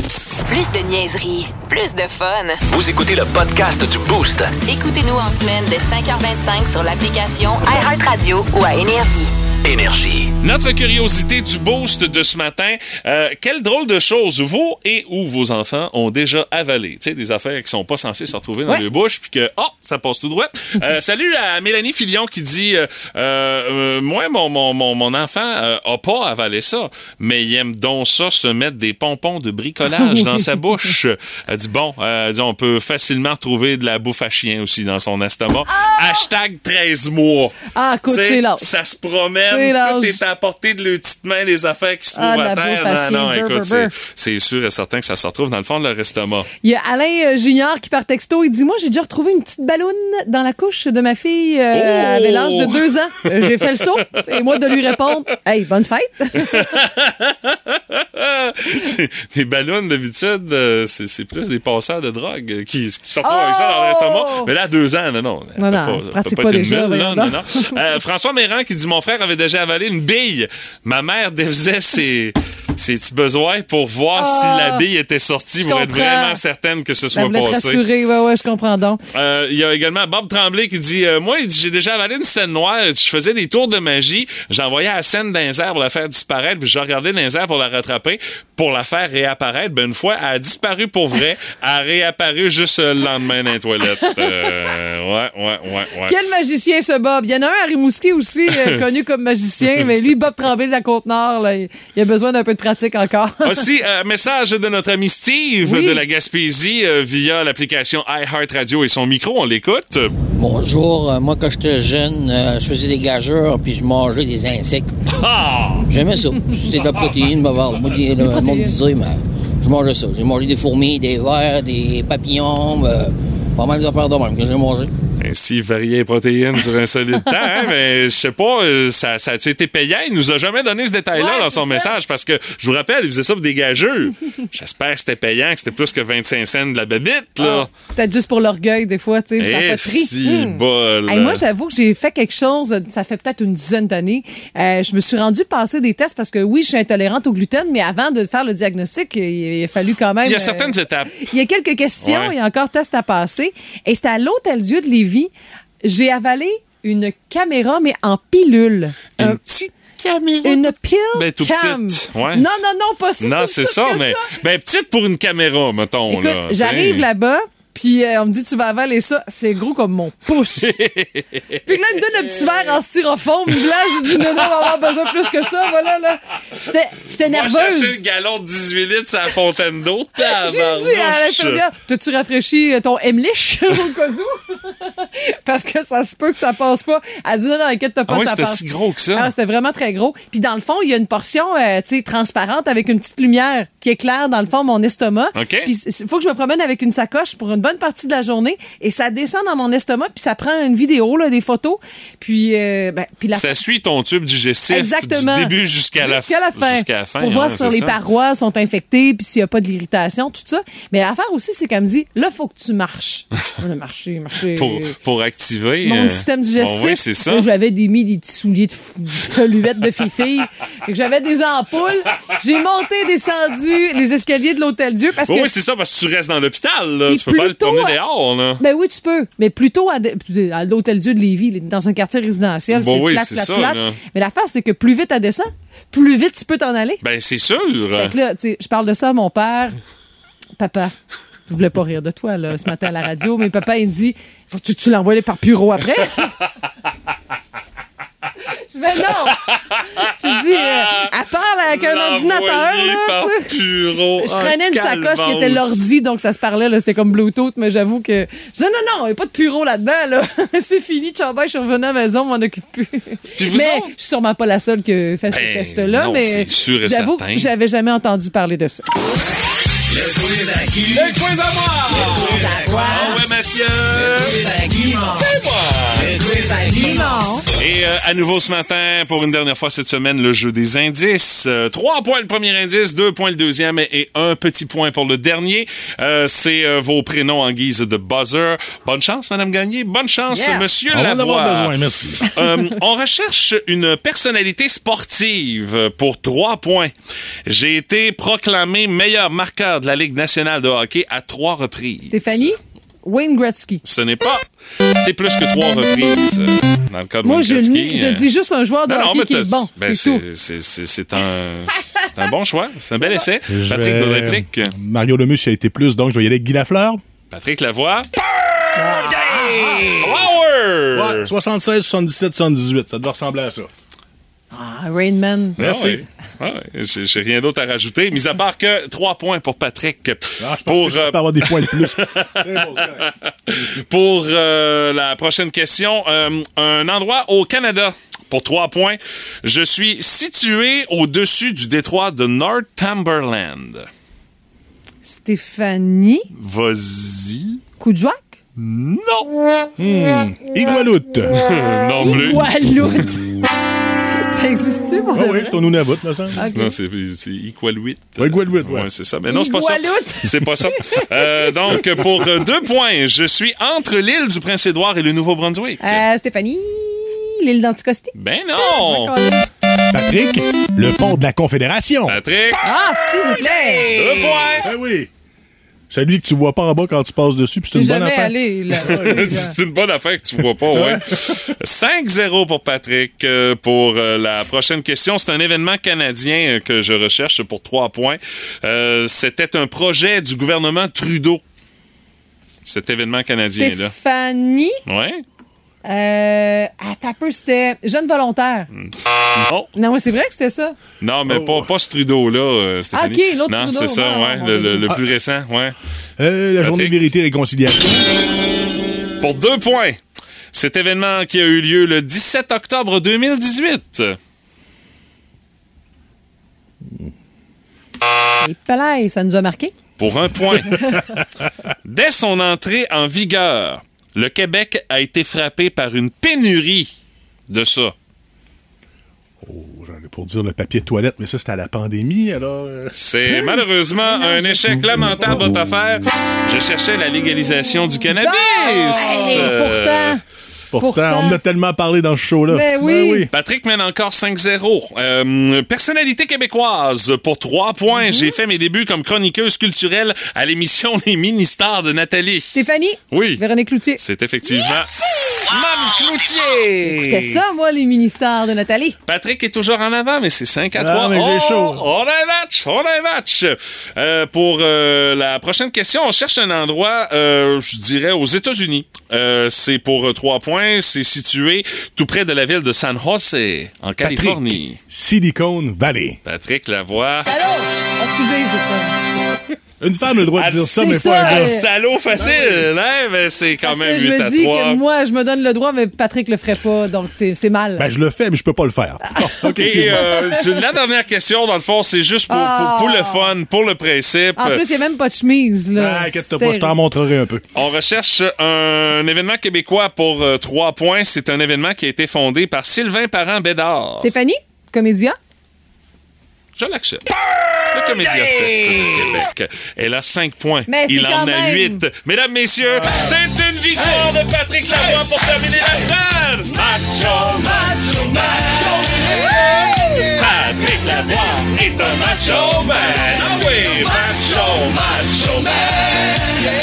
Plus de niaiserie, plus de fun. Vous écoutez le podcast du Boost. Écoutez-nous en semaine de 5h25 sur l'application iHeartRadio ou à Énergie. Énergie. Notre curiosité du boost de ce matin, euh, quelle drôle de choses vous et ou vos enfants ont déjà avalé. Tu sais, des affaires qui sont pas censées se retrouver dans Ouais. les bouches, puis que, oh, ça passe tout droit. Euh, salut à Mélanie Filion qui dit, euh, euh, euh, moi, mon, mon, mon, mon enfant euh, a pas avalé ça, mais il aime donc ça, se mettre des pompons de bricolage dans sa bouche. Elle dit, bon, euh, elle dit, on peut facilement trouver de la bouffe à chien aussi dans son estomac. Hashtag 13 mois. Ah, écoute, Tu sais, c'est lâche. Ça se promène. C'est Tout lâche. est à portée de leurs petites mains, les affaires qui se Ah, trouvent à la terre. bouffe à Non, non, chier, brr, écoute, brr, c'est- brr. c'est sûr et certain que ça se retrouve dans le fond de leur estomac. Il y a Alain euh, Junior qui par texto, il dit Moi, j'ai déjà retrouvé une petite balloune dans la couche de ma fille euh, Oh! elle avait l'âge de deux ans. Euh, j'ai fait le saut. Et moi, de lui répondre Hey, bonne fête. les ballons, d'habitude, euh, c'est c'est plus des passeurs de drogue euh, qui, qui se retrouvent Oh! avec ça dans leur estomac. Mais là, à deux ans, non, non. elle Non, peut non, pas- ça se elle pratique peut pas être une déjà, mule, non, voyons donc. non, non. Euh, François Méran qui dit Mon frère avait déjà avalé une bille. Ma mère défaisait ses. ses petits besoins pour voir Ah! si la bille était sortie Je pour être comprends. vraiment certaine que ce Elle soit voulait te passé. rassurer. Ouais, ouais, je comprends donc. Euh, Il y a également Bob Tremblay qui dit euh, Moi, il dit, j'ai déjà avalé une scène noire. Je faisais des tours de magie. J'envoyais la scène dans les airs pour la faire disparaître. Puis je regardais dans les airs pour la rattraper, pour la faire réapparaître. Ben, une fois, elle a disparu pour vrai. Elle a réapparu juste euh, le lendemain dans les toilettes. Euh, ouais, ouais, ouais, ouais. Quel magicien ce Bob? Il y en a un à Rimouski aussi, euh, connu comme magicien, mais lui, Bob Tremblay de la Côte-Nord, là, il il a besoin d'un peu de pratique encore. Aussi, un message de notre ami Steve Oui. de la Gaspésie euh, via l'application iHeartRadio et son micro. On l'écoute. Bonjour, euh, moi quand j'étais jeune, euh, je faisais des gageurs puis je mangeais des insectes. Ah! J'aimais ça. C'était de la protéine, bavard. Moi, le monde disait, mais je mangeais ça. J'ai mangé des fourmis, des vers, des papillons, euh, pas mal d'affaires de même que j'ai mangé. Ainsi, varier Ben, les protéines sur un solide temps, hein, mais je sais pas, euh, ça, ça a été payant? Il nous a jamais donné ce détail-là Ouais, dans son c'est ça. message parce que, je vous rappelle, il faisait ça pour des gageux. J'espère que c'était payant, que c'était plus que 25 cents de la bébite, là. Peut-être juste pour l'orgueil, des fois, tu sais, Ah, ça Eh, a pas pris. si, Hmm. bol. Hey, moi, j'avoue que j'ai fait quelque chose, euh, ça fait peut-être une dizaine d'années. Euh, je me suis rendue passer des tests parce que oui, je suis intolérante au gluten, mais avant de faire le diagnostic, il, il a fallu quand même. Il y a euh, certaines étapes. Il y a quelques questions, Ouais. il y a encore tests à passer. Et c'était à l'Hôtel Dieu de Lévis. J'ai avalé une caméra, mais en pilule. Un- Une petite caméra. une pile Ben, tout cam. petite, ouais. Non, non, non, pas si Non, tout c'est petite ça, que mais. Ben, petite pour une caméra, mettons, là. Écoute, tu sais. j'arrive là-bas, Puis euh, on me dit, tu vas avaler ça. C'est gros comme mon pouce. Puis que là, il me donne un petit verre en styrofoam. Là, je dis, non, non, on va avoir besoin plus que ça. Voilà, là. J'étais- J'étais Moi, chercher le nerveuse. galon de 18 litres sur la fontaine d'eau. J'ai dit à Tabarnouche. l'infirmière, t'as-tu rafraîchi euh, ton Emlich au cas où? Parce que ça se peut que ça passe pas. Elle dit, non, non, inquiète-toi pas, Ah oui, ça c'était passe. si gros que ça. Ah, c'était vraiment très gros. Puis dans le fond, il y a une portion, euh, tu sais, transparente avec une petite lumière qui éclaire dans le fond mon estomac. OK. Puis il faut que je me promène avec une sacoche pour une bonne partie de la journée et ça descend dans mon estomac puis ça prend une vidéo, là, des photos. Puis, euh, ben, puis la Ça suit ton tube digestif Exactement. du début jusqu'à la, Jusqu'à fin. jusqu'à la fin, Pour hein, voir si c'est les ça. parois sont infectées, puis s'il n'y a pas de l'irritation, tout ça. Mais l'affaire aussi, c'est qu'elle me dit, là, faut que tu marches. On a marché, marché. Pour, pour activer. Mon euh, système digestif. Oui, c'est ça. Là, J'avais des, mis des petits souliers de f- feluette de fifi. Fait que J'avais des ampoules. J'ai monté, descendu les escaliers de l'Hôtel Dieu parce Oui, que oui, c'est ça, parce que tu restes dans l'hôpital. là. Puis Tu peux pas aller te plutôt, promener euh, dehors. Là. Ben oui, tu peux. Mais plutôt à, de- à l'Hôtel Dieu de Lévis, là, dans un quartier résidentiel. Bon, c'est oui, plate, c'est plate, ça, plate. là. Mais l'affaire, c'est que plus vite elle descend, plus vite tu peux t'en aller. Ben, c'est sûr. Fait que là, tu sais, je parle de ça à mon père. Papa, je voulais pas rire de toi, là, ce matin à la radio, mais papa, il me dit Faut que tu l'envoies par bureau après. Je vais non. Je dis, euh, elle parle avec un ordinateur. L'envoyer là, par tu sais. bureau. Je traînais une Ah, sacoche qui était calvasse. l'ordi, donc ça se parlait, là, c'était comme Bluetooth, mais j'avoue que. Je disais, non, non, il n'y a pas de bureau là-dedans, là. C'est fini, Chabay, je suis revenue à la maison, on m'en occupe plus. vous mais autres? je suis sûrement pas la seule que fait Ben, ce test-là, non, mais. c'est sûr et J'avoue certain. que j'avais jamais entendu parler de ça. Le quiz à qui? Le quiz à moi! Ah ouais, monsieur! C'est moi! Non. Et euh, à nouveau ce matin, pour une dernière fois cette semaine, le jeu des indices. Euh, trois points le premier indice, deux points le deuxième et, et un petit point pour le dernier. Euh, C'est euh, vos prénoms en guise de buzzer. Bonne chance, Madame Gagné. Bonne chance, Yeah. Monsieur On va en Lavoie. avoir besoin, merci. Euh, on recherche une personnalité sportive pour trois points. J'ai été proclamé meilleur marqueur de la Ligue nationale de hockey à trois reprises. Stéphanie? Wayne Gretzky. Ce n'est pas. C'est plus que trois reprises. euh, Dans le cas de Moi, je, Wayne nie- Gretzky, je euh, dis juste un joueur de non, non, hockey mais qui t'as- est bon. ben, c'est tout. c'est- c'est- c'est- c'est un, c'est un bon choix. C'est un bel essai. Je Patrick vais- de réplique. Mario Lemus y a été plus, donc je vais y aller avec Guy Lafleur. Patrick Lavoie. Power! Ah! Ah Ouais, 76, 77, 78. Ça doit ressembler à ça. Ah, Rain Man. Merci. Ah ouais. Ah ouais, J'ai j'ai rien d'autre à rajouter, mis à part que trois points pour Patrick. Ah, je pense pour que je euh, peux avoir des points de plus. Très bon, correct. pour euh, la prochaine question, euh, un endroit au Canada pour trois points. Je suis situé au-dessus du détroit de Northumberland. Stéphanie. Vas-y. Koudjouak. Non! euh, Igualoute. non plus. Waloud. ça existe-tu pour Ah de oui, vrai? c'est ton Nunavut, me semble. Ok. Non, c'est c'est Equal 8. Ouais, Equal Wit, ouais. c'est ça. Mais non, c'est pas ça. Equal Wit. C'est pas ça. Euh, donc, pour euh, deux points, je suis entre l'île du Prince-Édouard et le Nouveau-Brunswick. Euh, Stéphanie, l'île d'Anticosti. Ben non! Patrick, le pont de la Confédération. Patrick, Ah, s'il vous plaît! deux points! Ben oui. Celui que tu vois pas en bas quand tu passes dessus, puis c'est Je une suis bonne jamais affaire. allé là. C'est une bonne affaire que tu vois pas, ouais. 5-0 pour Patrick. Euh, pour euh, la prochaine question, c'est un événement canadien euh, que je recherche pour trois points. Euh, C'était un projet du gouvernement Trudeau. Cet événement canadien-là. Stéphanie, Ouais? euh, à Tapper, c'était jeune volontaire. Mm. Non. Non, mais c'est vrai que c'était ça. Non, mais Oh. pas, pas ce Trudeau-là, euh, Stéphanie. Ah, OK, l'autre Non, Trudeau, c'est ça, non, ouais, non, le, non. le- le plus récent, ouais. Euh, la journée Patrick. de vérité et réconciliation. Pour deux points, cet événement qui a eu lieu le 17 octobre 2018. Et palais, ça nous a marqué. Pour un point. Dès son entrée en vigueur, le Québec a été frappé par une pénurie de ça. Oh, J'en ai pour dire le papier de toilette, mais ça, c'était à la pandémie, alors... euh, C'est malheureusement un échec lamentable, votre affaire. Je cherchais la légalisation du cannabis. Hey, Euh, pourtant, Pourtant, Pourtant- on en a tellement parlé dans ce show-là. Ben oui. Patrick mène encore 5-0. Euh, personnalité québécoise pour 3 Mhm. points. J'ai fait mes débuts comme chroniqueuse culturelle à l'émission Les Ministères de Nathalie. Stéphanie, Oui. Véronique Cloutier. C'est effectivement Mme Ah, Cloutier. C'était ça, moi, les mini-stars de Nathalie. Patrick est toujours en avant, mais c'est 5 à 3. Ah, mais j'ai Oh, chaud. On a un match! On a un match! Euh, pour euh, la prochaine question, on cherche un endroit, euh, je dirais, aux États-Unis. Euh, c'est pour 3 points. C'est situé tout près de la ville de San Jose, en Californie. Silicon Valley. Patrick Lavoie. Allô? Excusez, je Une femme a le droit Ah, de dire ça, c'est mais ça, pas un Un euh, gars. salaud facile, hein? Mais c'est quand Parce même que 8 je à me dis 3. que moi, je me donne le droit, mais Patrick le ferait pas, donc c'est c'est mal. Ben, je le fais, mais je peux pas le faire. Ah. Bon, OK, Et excuse-moi. euh, c'est- la dernière question, dans le fond, c'est juste pour, pour- pour le fun, pour le principe. Ah. en plus, il n'y a même pas de chemise. Là. Ah, inquiète-toi C'était- pas, je t'en montrerai un peu. On recherche un événement québécois pour euh, trois points. C'est un événement qui a été fondé par Sylvain Parent Bédard. Stéphanie, comédien. Je l'accepte. Le Comédia Fest de Québec. Elle a cinq points. Mais c'est Il en quand a même. huit. Mesdames, messieurs, c'est une victoire de Patrick Lavoie pour terminer la semaine. Macho, macho, macho. Patrick Lavoie est un macho man. Ah oui, macho, macho man.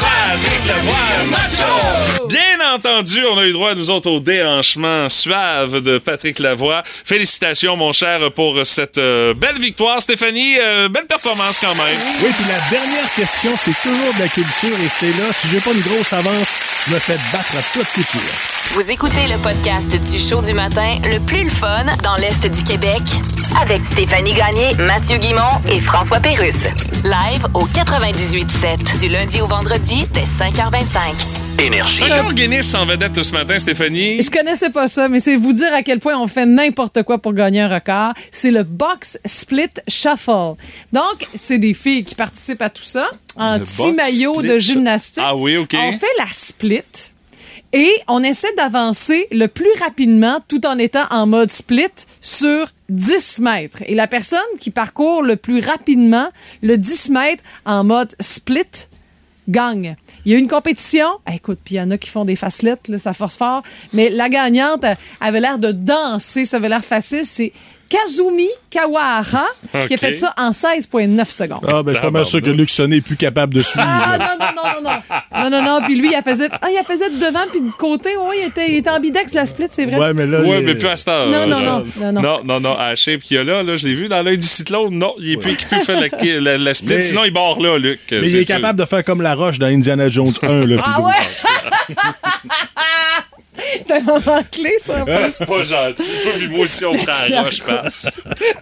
Patrick Lavoie, macho. Bien entendu, on a eu droit, nous autres, au déhanchement suave de Patrick Lavoie. Félicitations, mon cher, pour cette euh, belle victoire. Stéphanie, euh, belle performance quand même. Oui, puis la dernière question, c'est toujours de la culture, et c'est là, si j'ai pas une grosse avance, je me fais battre à toute couture. Vous écoutez le podcast du show du matin, le plus le fun dans l'Est du Québec, avec Stéphanie Gagné, Mathieu Guimont et François Pérusse. Live au 98.7, du lundi au vendredi, dès 5h25. Énergie. Un organiste en vedette ce matin, Stéphanie. Je connaissais pas ça, mais c'est vous dire à quel point on fait n'importe quoi pour gagner un record. C'est le box split shuffle. Donc, c'est des filles qui participent à tout ça en Le box petit maillot split de shu- gymnastique. Ah oui, OK. On fait la split. Et on essaie d'avancer le plus rapidement tout en étant en mode split sur 10 mètres. Et la personne qui parcourt le plus rapidement le 10 mètres en mode split gagne. Il y a une compétition. Ah, écoute, puis il y en a qui font des facelettes, là, ça force fort. Mais la gagnante elle avait l'air de danser, ça avait l'air facile. C'est Kazumi Kawahara qui a Ok. fait ça en 16,9 secondes. Ah, ben, je suis pas mal sûr que Luc Sonnet est plus capable de suivre. Ah là. non, non, non, non, non. Non, non, non. Puis lui, il la faisait, ah, il la faisait de devant puis de côté. Oui, il était, il était ambidex, la split, c'est vrai. Ouais, mais là. Oui, les- mais plus à cette heure. Non, non, là. non, non, non. Non, non, non. À la shape qu'il y a là, là, je l'ai vu dans l'œil du cyclone. Non, il est plus équipé pour faire la, la, la split. Mais- Sinon, il barre là, Luc. Mais il est capable de faire comme la roche dans Indiana Jones 1, là. Ah puis ouais? C'est un moment clé, ça, en plus. C'est pas gentil. Toi, puis moi aussi, on prend la roche, je pense.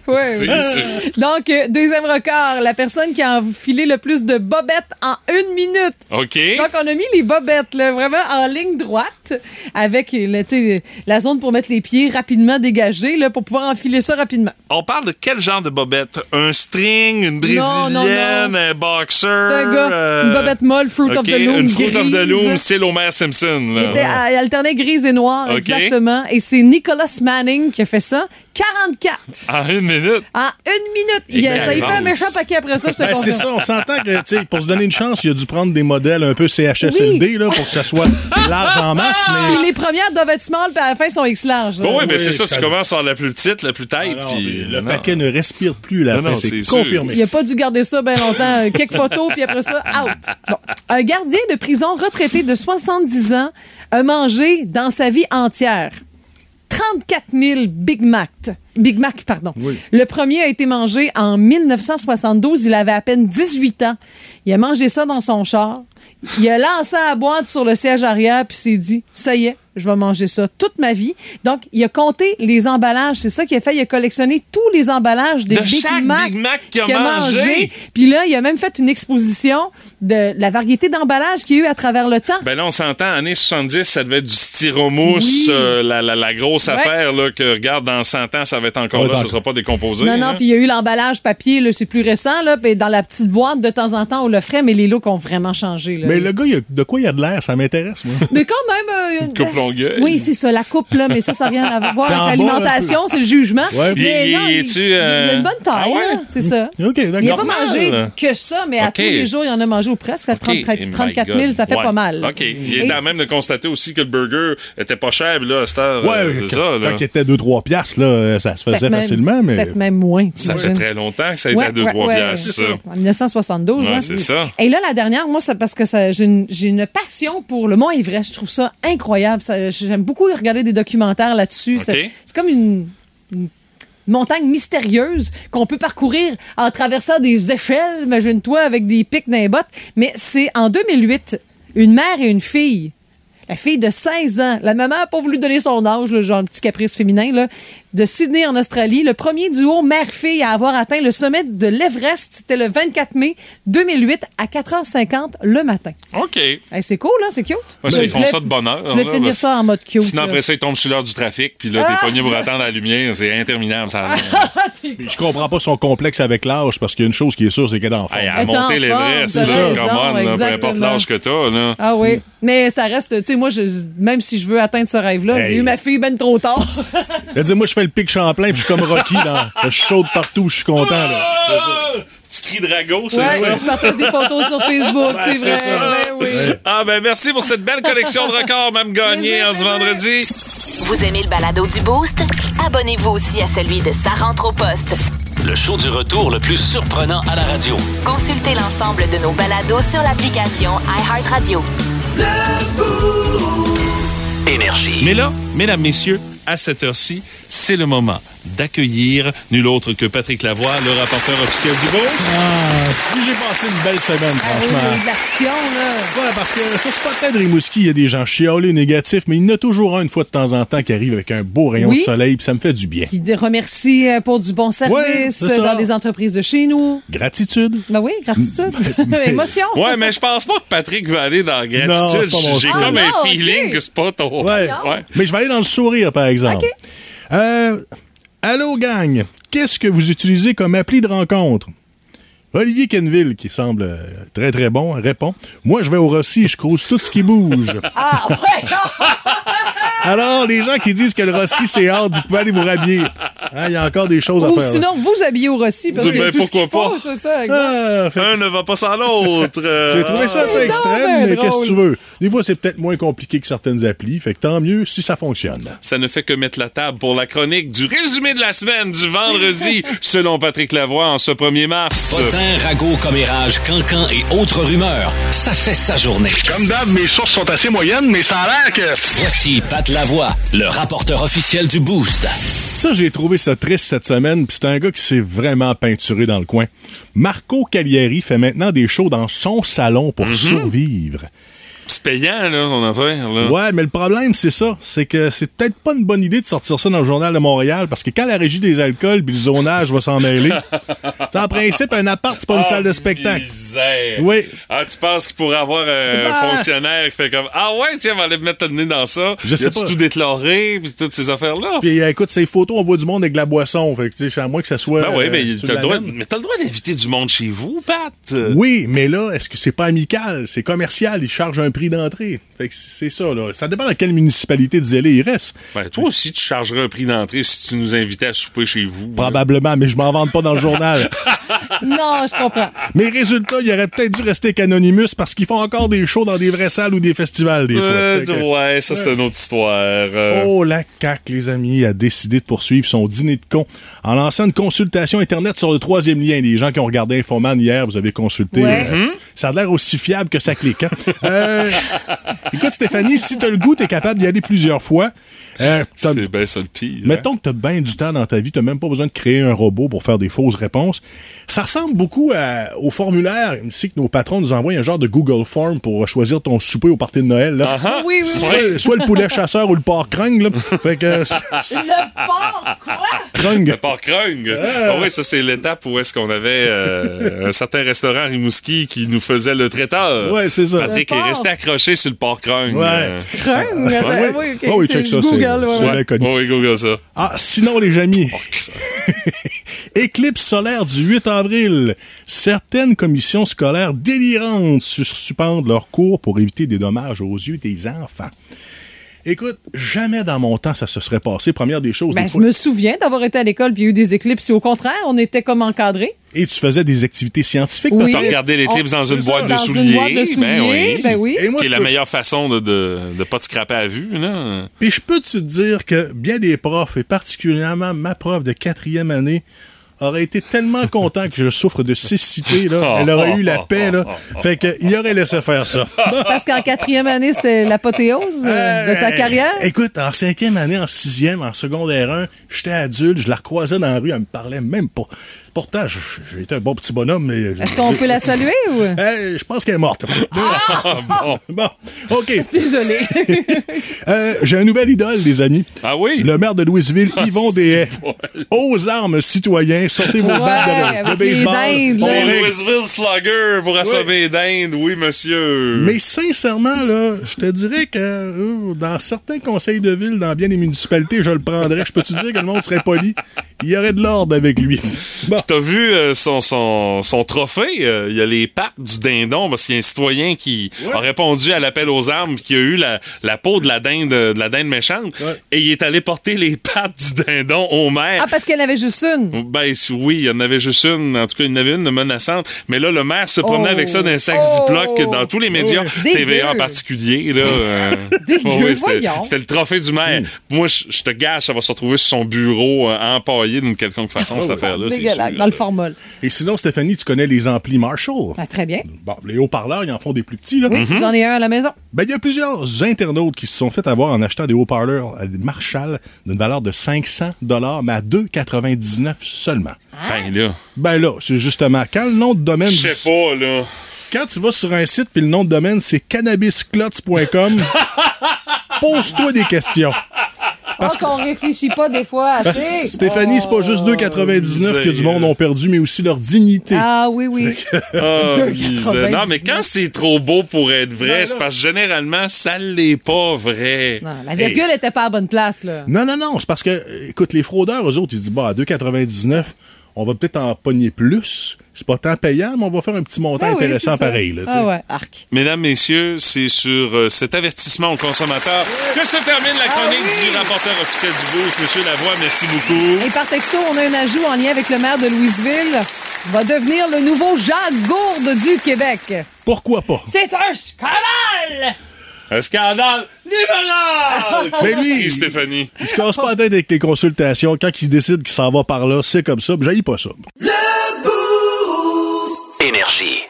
Ouais, C'est ouais. sûr. Donc, euh, deuxième record, la personne qui a enfilé le plus de bobettes en une minute. OK. Donc, on a mis les bobettes là, vraiment en ligne droite avec euh, le, tu sais, la zone pour mettre les pieds rapidement dégagés là, pour pouvoir enfiler ça rapidement. On parle de quel genre de bobette? Un string, une brésilienne, non, non. un boxer? euh, C'est un gars, une bobette molle, Fruit of the Loom. Une Fruit of the grise. Loom, style Homer Simpson. Il là. était à- il alternait grise et noir, Ah OK. exactement. Et c'est Nicholas Manning qui a fait ça. 44 En une minute. en une minute. Il Et a- ça y fait un quelle Eh méchant ben, avance. paquet après ça, je te Ben, c'est confirme. ça, on s'entend que, tu sais, pour se donner une chance, il a dû prendre des modèles un peu CHSLD, là, pour que ça soit large en masse, Puis mais. les premières doivent être small, puis à la fin, sont X large. là. Bon, oui, oui, mais c'est ça. ça- Tu commences par la plus petite, la plus tight. Alors, puis, Ah le non. paquet ne respire plus à la Non, fin, non, c'est c'est sûr. confirmé. Il a pas dû garder ça bien longtemps. Euh, Quelques photos, puis après ça, out. Bon. Un gardien de prison retraité de 70 ans a mangé dans sa vie entière 34 000 Big Mac. Big Mac, pardon. Le premier a été mangé en 1972. Il avait à peine 18 ans. Il a mangé ça dans son char. Il a lancé la boîte sur le siège arrière, puis s'est dit, ça y est, je vais manger ça toute ma vie. Donc, il a compté les emballages. C'est ça qu'il a fait. Il a collectionné tous les emballages des De Big chaque Mac Big Mac qu'il a mangé. Puis là, il a même fait une exposition de la variété d'emballages qu'il y a eu à travers le temps. Ben là, on s'entend, années 70, ça devait être du styromousse, Oui. euh, la, la- la grosse Ouais. affaire, là, que regarde, dans 100 ans, ça va être encore Ouais, là, ce donc- sera pas décomposé. non, non, hein. puis il y a eu l'emballage papier, là, c'est plus récent, là, puis dans la petite boîte, de temps en temps, on le ferait, mais les looks ont vraiment changé. Là. Mais le gars, il a- de quoi il a de l'air, ça m'intéresse, moi. Mais quand même... euh, Une coupe longueuil. Oui, c'est ça, la coupe, là, mais ça, ça n'a rien à voir Dans avec bas, l'alimentation, c'est le jugement. Ouais. Mm. Il- Mais il- non, il- est-tu, euh, il a une bonne taille, ah ouais? là, c'est ça. OK, Il n'a pas d'accord. Normal. mangé que ça, mais à OK. tous les jours, il en a mangé ou presque. À 30, OK, oh my 34 000, God. ça fait Ouais. pas mal. OK. Il est Et- quand même de constater aussi que le burger était pas cher, là, à cette heure. Ouais, euh, c'est ça, quand là. il était 2-3 piastres, là, euh, ça, ça se faisait Peut-être même- facilement, mais. Peut-être même moins. Ça fait t'imagines. très longtemps que ça a été Ouais, à 2-3 ouais, ouais, piastres, c'est ça. ça. En 1972. Ouais, hein. c'est ça. Et là, la dernière, moi, c'est parce que ça- j'ai une, j'ai une passion pour le Mont Everest. Je trouve ça incroyable. Ça- J'aime beaucoup regarder des documentaires là-dessus. Ok. C'est c'est comme une, une montagne mystérieuse qu'on peut parcourir en traversant des échelles, imagine-toi, avec des pics d'un bottes. Mais c'est en 2008, une mère et une fille. La fille de 16 ans, la maman n'a pas voulu donner son âge, là, genre un petit caprice féminin, là, de Sydney en Australie. Le premier duo mère-fille à avoir atteint le sommet de l'Everest, c'était le 24 mai 2008 à 4h50 le matin. OK. Hey, c'est cool, hein? c'est cute. Ouais, ça, Je ils font voulais- ça de bonne heure, Je vais là, finir parce- ça en mode cute. Sinon, là. Ah! après ça, ils tombent sur l'heure du trafic, puis là, t'es pogné pour attendre à la lumière. C'est interminable, ça. Je comprends pas son complexe avec l'âge parce qu'il y a une chose qui est sûre, c'est qu'elle est en forme. Hey, ah. à Étant en monter l'Everest, là, forme, t'as come on, raison, là, peu importe exactement. l'âge que t'as, là. Ah Hmm. oui, mais ça reste, tu sais, moi, je, même si je veux atteindre ce rêve-là, Hey. j'ai eu ma fille ben trop tard. Elle dit Moi, je fais le pic Champlain, puis je suis comme Rocky, là. Je chaude partout, je suis content, là. Ah! Tu cries Drago, c'est ouais, ça? tu partages des photos sur Facebook, c'est vrai. Ben oui. Ah, ben merci pour cette belle collection de records, même gagnée Plaisir, en ce plaisir. vendredi. Vous aimez le balado du Boost? Abonnez-vous aussi à celui de Sa rentre au poste. Le show du retour le plus surprenant à la radio. Consultez l'ensemble de nos balados sur l'application iHeartRadio. Énergie. Mais là, mesdames, messieurs, à cette heure-ci, c'est le moment d'accueillir nul autre que Patrick Lavoie, le rapporteur officiel du Beauce. Puis j'ai passé une belle semaine, Ah oui, il y a eu franchement. de l'action, là. Ouais, parce que sur ce patin de Rimouski, il y a des gens chiolés, négatifs, mais il y en a toujours un, une fois de temps en temps, qui arrive avec un beau rayon Oui. de soleil, puis ça me fait du bien. Qui dé- remercie euh, pour du bon Ouais, service c'est euh, ça. dans les entreprises de chez nous. Gratitude. Ben oui, gratitude. Hmm. Émotion. Ouais, mais je pense pas que Patrick va aller dans la Non, gratitude. c'est pas mon J'ai style. comme Ah, un non, ok. feeling que c'est pas ton. Ouais. Mais je vais aller dans le sourire, par exemple. OK. Euh, allô, gang. Qu'est-ce que vous utilisez comme appli de rencontre? Olivier Kenville, qui semble euh, très, très bon, répond. Moi, je vais au Rossi, je croise tout ce qui bouge. Ah, ouais. Alors, les gens qui disent que le Rossi, c'est hard, vous pouvez aller vous rhabiller. Hein, Il y a encore des choses à Ou faire. là. sinon, vous habillez au Rossi. Parce Ben, que tout ce qu'il pourquoi faut, pas? c'est ça. exact. Ah, fait- Un ne va pas sans l'autre. euh. j'ai trouvé ça un peu extrême, ben mais qu'est-ce que tu drôle. veux? Des fois, c'est peut-être moins compliqué que certaines applis, fait que tant mieux si ça fonctionne. Ça ne fait que mettre la table pour la chronique du résumé de la semaine du vendredi, selon Patrick Lavoie, en ce 1er mars. Potin, ragots, commérages, cancans et autres rumeurs. Ça fait sa journée. Comme d'hab, mes sources sont assez moyennes, mais ça a l'air que... Voici Pat Lavoie, le rapporteur officiel du Boost. Ça, j'ai trouvé ça triste cette semaine, puis c'est un gars qui s'est vraiment peinturé dans le coin. Marco Cagliari fait maintenant des shows dans son salon pour survivre. C'est payant, là, ton affaire. Là. Ouais, mais le problème, c'est ça. C'est que c'est peut-être pas une bonne idée de sortir ça dans le Journal de Montréal, parce que quand la régie des alcools puis le zonage va s'en mêler, c'est en principe un appart, c'est pas une salle de spectacle. Ah, Misère. Oui. Ah, tu penses qu'il pourrait avoir un Ben- fonctionnaire qui fait comme Ah ouais, tiens, on va aller mettre ton nez dans ça. Je sais Y a-tu pas. tout déclaré, puis toutes ces affaires-là. Puis euh, écoute, ces photos, on voit du monde avec de la boisson. Fait que, tu sais, à moins que ça soit. Ben oui, euh, mais tu t'as le droit, l'amènes. mais t'as le droit d'inviter du monde chez vous, Pat. Oui, mais là, est-ce que c'est pas amical? C'est commercial, ils chargent un prix d'entrée. Fait que c'est ça, là. Ça dépend dans quelle municipalité de Zélé il reste. Ben, toi aussi, tu chargerais un prix d'entrée si tu nous invitais à souper chez vous. Probablement, mais je m'en vante pas dans le journal. Non, je comprends. Mais résultat, il aurait peut-être dû rester qu'anonymous parce qu'ils font encore des shows dans des vraies salles ou des festivals, des fois. Euh, Fait que- ouais, ça, c'est une autre histoire. Euh, Oh, la CAQ, les amis, a décidé de poursuivre son dîner de con en lançant une consultation Internet sur le troisième lien. Les gens qui ont regardé Infoman hier, vous avez consulté. Ouais. euh, Ça a l'air aussi fiable que ça clique. hein. Euh, écoute, Stéphanie, si t'as le goût, t'es capable d'y aller plusieurs fois. Euh, t'as- C'est bien ça le pire. hein. Mettons que t'as bien du temps dans ta vie, t'as même pas besoin de créer un robot pour faire des fausses réponses. Ça ressemble beaucoup à- au formulaire. Tu sais que nos patrons nous envoient un genre de Google Form pour choisir ton souper au party de Noël. Là. Ah, Oui, oui, oui. Soit, soit le poulet chasseur ou le porc crung, là. Fait que. Le porc, quoi? crung. Le porc crung. Ah oui, ça, c'est l'étape où est-ce qu'on avait euh, un certain restaurant à Rimouski qui nous faisait le traiteur. Ouais, c'est ça. Patrick Le est porc. resté accroché sur le porc crung. Ouais. Euh, Crung? ouais. Attends, ben oui, ok, Ah oui, c'est check ça, Google, c'est- ouais, c'est ouais. bien connu. Oh Oui, Google ça. Ah, sinon, les amis. Éclipse solaire du 8 avril. Certaines commissions scolaires délirantes sus- suspendent leurs cours pour éviter des dommages aux yeux des enfants. Écoute, jamais dans mon temps ça se serait passé. Première des choses, Ben, des je fois- me souviens d'avoir été à l'école puis il y a eu des éclipses. Et au contraire, on était comme encadrés. et tu faisais des activités scientifiques. Oui. peut-être. Regarder les On- clips dans une c'est boîte ça, de dans une souliers. boîte de souliers, ben oui. Et moi, qui est je la peux- meilleure façon de ne de, de pas te scraper à vue. Là. Puis je peux te dire que bien des profs, et particulièrement ma prof de quatrième année, aurait été tellement content que je souffre de cécité. Là. Elle aurait eu la paix. Là. Fait qu'il aurait laissé faire ça. Parce qu'en quatrième année, c'était l'apothéose euh, de ta Euh, carrière. Écoute, en cinquième année, en sixième, en secondaire 1, j'étais adulte, je la croisais dans la rue, elle me parlait même pas. Pourtant, j- j'étais un bon petit bonhomme, mais... Est-ce qu'on Ah! peut la saluer ou? Euh, je pense qu'elle est morte. Ah! bon. OK. Désolée. Euh, J'ai un nouvel idole, les amis. Ah oui? Le maire de Louisville, Ah, Yvon c'est Dehaye. bon. Aux armes, citoyens, sortez vos Ouais, balles de- de, avec les baseball. dindes, On là. Les règle. Louisville Slugger pour assommer d'Inde, oui, monsieur. Mais sincèrement, là, je te dirais que euh, dans certains conseils de ville, dans bien des municipalités, je le prendrais. Je peux te dire que le monde serait poli. Il y aurait de l'ordre avec lui. Bon. T'as vu euh, son, son, son trophée? euh, Il y a les pattes du dindon parce qu'il y a un citoyen qui a répondu à l'appel aux armes qui a eu la, la peau de la dinde de la dinde méchante Ouais. et il est allé porter les pattes du dindon au maire. Ah, parce qu'elle avait juste une. Ben si- oui, il y en avait juste une, en tout cas il y en avait une de menaçante, mais là le maire se promenait Oh. avec ça dans un sac Oh. Ziploc dans tous les médias, Ouais. TVA en Dégueu. particulier là. euh, Dégueu, ouais, c'était- voyons. C'était le trophée du maire. Moi je je te gâche, ça va se retrouver sur son bureau euh, empaillé d'une quelconque façon cette affaire là, Ah, Dégueulasse, dans le formol. Et sinon, Stéphanie, tu connais les amplis Marshall. Ah, très bien. Bon, les haut-parleurs, ils en font des plus petits, là. Oui, j'en ai un à la maison. Ben, il y a plusieurs internautes qui se sont fait avoir en achetant des haut-parleurs à des Marshall d'une valeur de 500 mais à 2,99 seulement. Ben là, Ben là, c'est justement, quand le nom de domaine... je du- sais pas là. Quand tu vas sur un site puis le nom de domaine c'est cannabisclots.com, pose-toi des questions. Parce qu'on réfléchit pas des fois Parce que assez. Stéphanie, c'est pas juste Oh, 2,99 que du monde ont perdu, mais aussi leur dignité. Ah oui, oui. Ah, 2,99. non mais quand c'est trop beau pour être vrai, Ben c'est là. parce que généralement ça l'est pas vrai. Non, la virgule était pas à bonne place, là. Non, non, non, c'est parce que, euh, écoute, les fraudeurs, eux autres, ils disent, bah, à 2,99, on va peut-être en pogner plus. C'est pas tant payant, mais on va faire un petit montant Ah oui, intéressant c'est ça. pareil. Là, tu sais. ah ouais, arc. Mesdames, messieurs, c'est sur euh, cet avertissement aux consommateurs que se termine la chronique oui! du rapporteur officiel du Boost. Monsieur Lavoie, merci beaucoup. Et par texto, on a un ajout en lien avec le maire de Louisville. Il Va devenir le nouveau Jacques Gourde du Québec. Pourquoi pas? C'est un scandale! Un scandale libéral! Mais Faut que tu lui- cries, Stéphanie. Ils se cassent pas la tête avec les consultations. Quand ils décident qu'ils s'en vont par là, c'est comme ça. Je pas ça. Énergie.